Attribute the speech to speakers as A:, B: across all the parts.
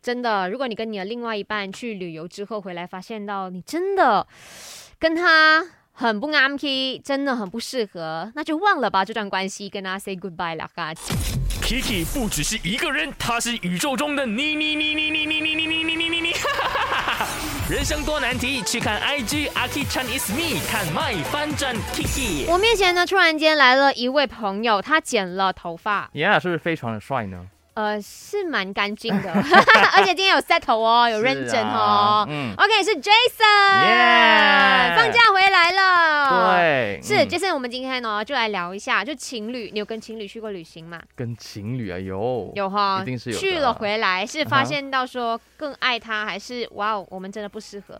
A: 真的，如果你跟你的另外一半去旅游之后回来，发现到你真的跟他很不啱 key，真的很不适合，那就忘了吧这段关系，跟他 say goodbye 啦，嘎。
B: Kiki 不只是一个人，他是宇宙中的你你你你你你你你你你你你你。人生多难题，去看 IG Aki Chan is me，看 my 翻转 Kiki。
A: 我面前呢，突然间来了一位朋友，他剪了头发，
C: 炎亚是不是非常的帅呢？
A: 呃，是蛮干净的， 而且今天有 set 头哦，有认真
C: 是
A: 哦
C: 啊。嗯，
A: OK，是 Jason，、
C: Yeah
A: 放假回来了。。
C: 对，
A: 呃是
C: 嗯
A: Jason，我们今天哦呢就来聊一下，就情侣，你有跟情侣去过旅行吗？
C: 跟情侣啊，有
A: 有哈，
C: 一定是有的啊
A: 去了回来是发
C: 啊哈
A: 现到说更爱他，还是哇哦，我们真的不适合？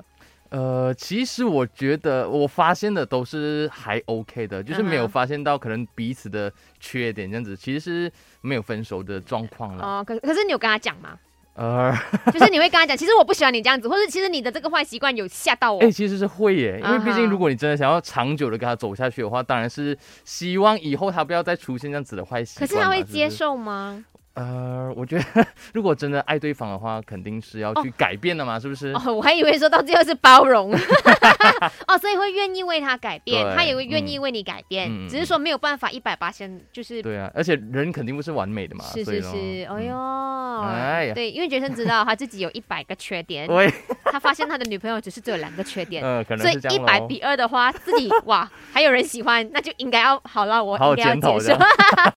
C: 呃，其实我觉得我发现的都是还 OK 的，就是没
A: 嗯
C: 有
A: 哼
C: 发现到可能彼此的缺点这样子，其实是没有分手的状况了。
A: 哦，可可是你有跟他讲吗？
C: 呃，
A: 就是你会跟他讲，其实我不喜欢你这样子，或者其实你的这个坏习惯有吓到我。
C: 哎、其实是会耶，因为毕
A: 啊哈
C: 竟如果你真的想要长久的跟他走下去的话，当然是希望以后他不要再出现这样子的坏习
A: 可
C: 惯嘛。
A: 是他会
C: 不
A: 接受吗？
C: 呃，我觉得 如果真的爱对方的话，肯定是要去改变的嘛，是不是？
A: 哦， 我还以为说到最后是包容， 哦，所以会愿意为他改变，
C: 对
A: 他也会愿意为你改变，
C: 嗯嗯
A: 只是说没有办法一百八先就是。
C: 对啊，而且人肯定不是完美的嘛，
A: 是
C: 所以
A: 是
C: 咯嗯
A: 是，哎 呦，，
C: 哎呀
A: 对，因为杰森知道他自己有一百个缺点
C: 嗯，喂，
A: 他发现他的女朋友只是只有两个缺点，
C: 嗯，可
A: 所
C: 能
A: 以
C: 是这
A: 一
C: 样
A: 百
C: 咯
A: 比二的话，自己哇，还有人喜欢，那就应该要好了，我
C: 好好
A: 应该要
C: 检讨
A: 接
C: 一
A: 受
C: 下。